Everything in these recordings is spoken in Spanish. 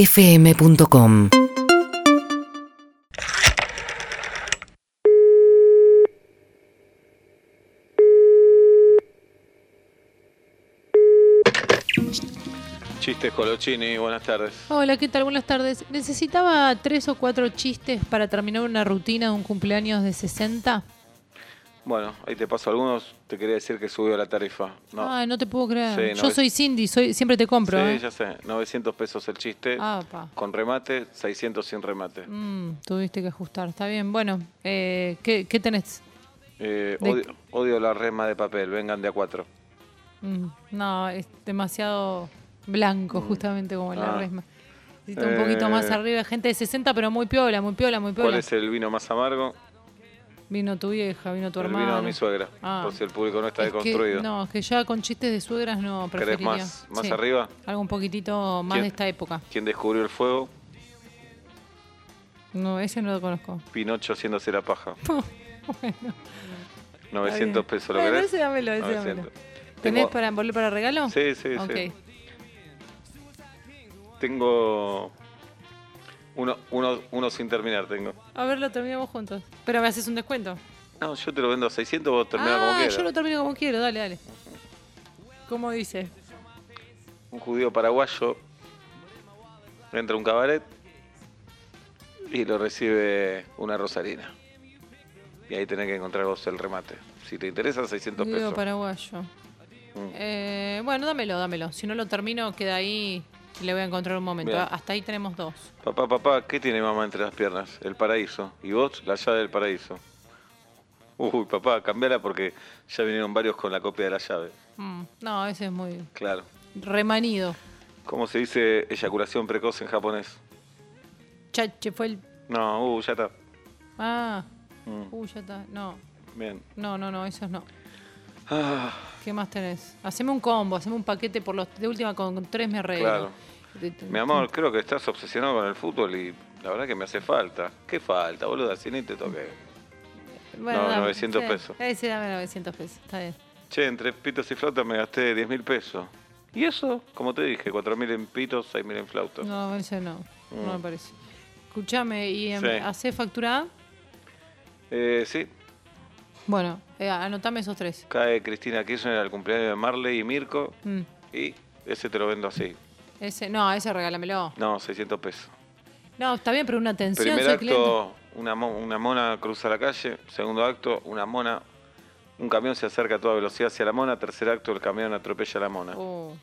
UrbanaPlayFM.com Chistes Colochini, buenas tardes. Hola, ¿qué tal? Buenas tardes. Necesitaba tres o cuatro chistes para terminar una rutina de un cumpleaños de 60. Bueno, ahí te paso algunos. Te quería decir que subió la tarifa. No. Ay, no te puedo creer. Sí, Yo no- soy Cindy, soy, siempre te compro. sí, Ah, ¿eh? ya sé. 900 pesos el chiste. Ah, pa. Con remate, 600 sin remate. Mm, tuviste que ajustar, está bien. Bueno, eh, ¿qué, qué tenés? Eh, De- odio, odio la rema de papel, vengan de a cuatro. Mm, no, es demasiado blanco, justamente como la Ah. resma. Necesito un poquito Eh. más arriba, gente de 60, pero muy piola, muy piola, muy ¿Cuál piola. es el vino más amargo? Vino tu vieja, vino tu el hermano. vino de mi suegra. Ah. Por si el público no está Es que- deconstruido. no, es que ya con chistes de suegras no preferiría. ¿Querés más? ¿Más Sí. arriba? Algo un poquitito más ¿Quién? de esta época. ¿Quién descubrió el fuego? No, ese no lo conozco. Pinocho haciéndose la paja. bueno. 900 bien. pesos, ¿lo Bueno, querés? ese dámelo, ese 900. dámelo. ¿Tenés Tengo- para envolver para regalo? Sí, sí, sí. Ok. Tengo uno, uno, uno sin terminar, tengo. A ver, lo terminamos juntos. Pero me haces un descuento. No, yo te lo vendo a 600, vos terminás como ah, quieras. yo lo termino como quiero, dale, dale. ¿Cómo dice? Un judío paraguayo entra a un cabaret y lo recibe una rosarina. Y ahí tenés que encontrar vos el remate. Si te interesa, 600 Digo pesos. paraguayo. Mm. Eh, bueno, dámelo, dámelo. Si no lo termino, queda ahí y le voy a encontrar un momento. Ah, Bien. Hasta ahí tenemos dos. Papá, papá, ¿qué tiene mamá entre las piernas? El paraíso. Y vos, la llave del paraíso. Uy, papá, cambiala porque ya vinieron varios con la copia de la llave. Mm, no, ese es muy Claro. remanido. ¿Cómo se dice eyaculación precoz en japonés? Chache fue el. No, uh, ya está. Ah, Mm, uy, ya está. No, bien. no, no, no, esos no. Ah, ¿Qué más tenés? Haceme un combo, haceme un paquete por los de última con, con tres me arreglo. Claro. De- de- mi amor, creo que estás obsesionado con el fútbol y la verdad que me hace falta. ¿Qué falta, boluda? Si ni te toqué. no, dame, 900 sí, pesos. eh, sí, dame 900 pesos, está bien. Che, entre pitos y flautas me gasté 10 mil pesos. ¿Y eso? Como te dije, 4 mil en pitos, 6 mil en flautas. No, ese no, no Mm. me parece. Escuchame, ¿y em, Sí. hacés factura? A? Eh, sí, Bueno, eh, anotame esos tres. cae Cristina Kirchner al cumpleaños de Marley y Mirko Mm, y ese te lo vendo así. Ese, no, ese regálamelo. No, 600 pesos. No, está bien, pero una atención, Primer soy cliente. acto, una, mo- una mona cruza la calle. Segundo acto, una mona, un camión se acerca a toda velocidad hacia la mona. Tercer acto, el camión atropella a la mona. Oh.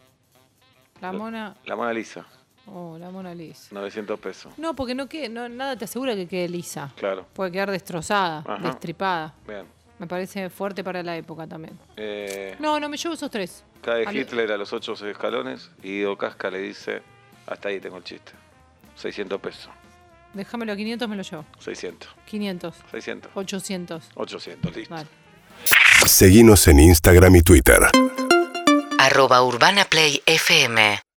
La mona, La mona lisa, oh, la mona lisa. 900 pesos. No, porque no, que, no nada te asegura que quede lisa. Claro, Puede quedar destrozada, Ajá. destripada. bien. Me parece fuerte para la época también. Eh, No, no, me llevo esos tres. Cae Ale- Hitler a los ocho escalones y Guido Casca le dice, hasta ahí tengo el chiste. 600 pesos, Déjamelo a 500, me lo llevo. 600, 500, 600, 800. 800, listo. Vale. Seguinos en Instagram y Twitter. arroba urbanaplayfm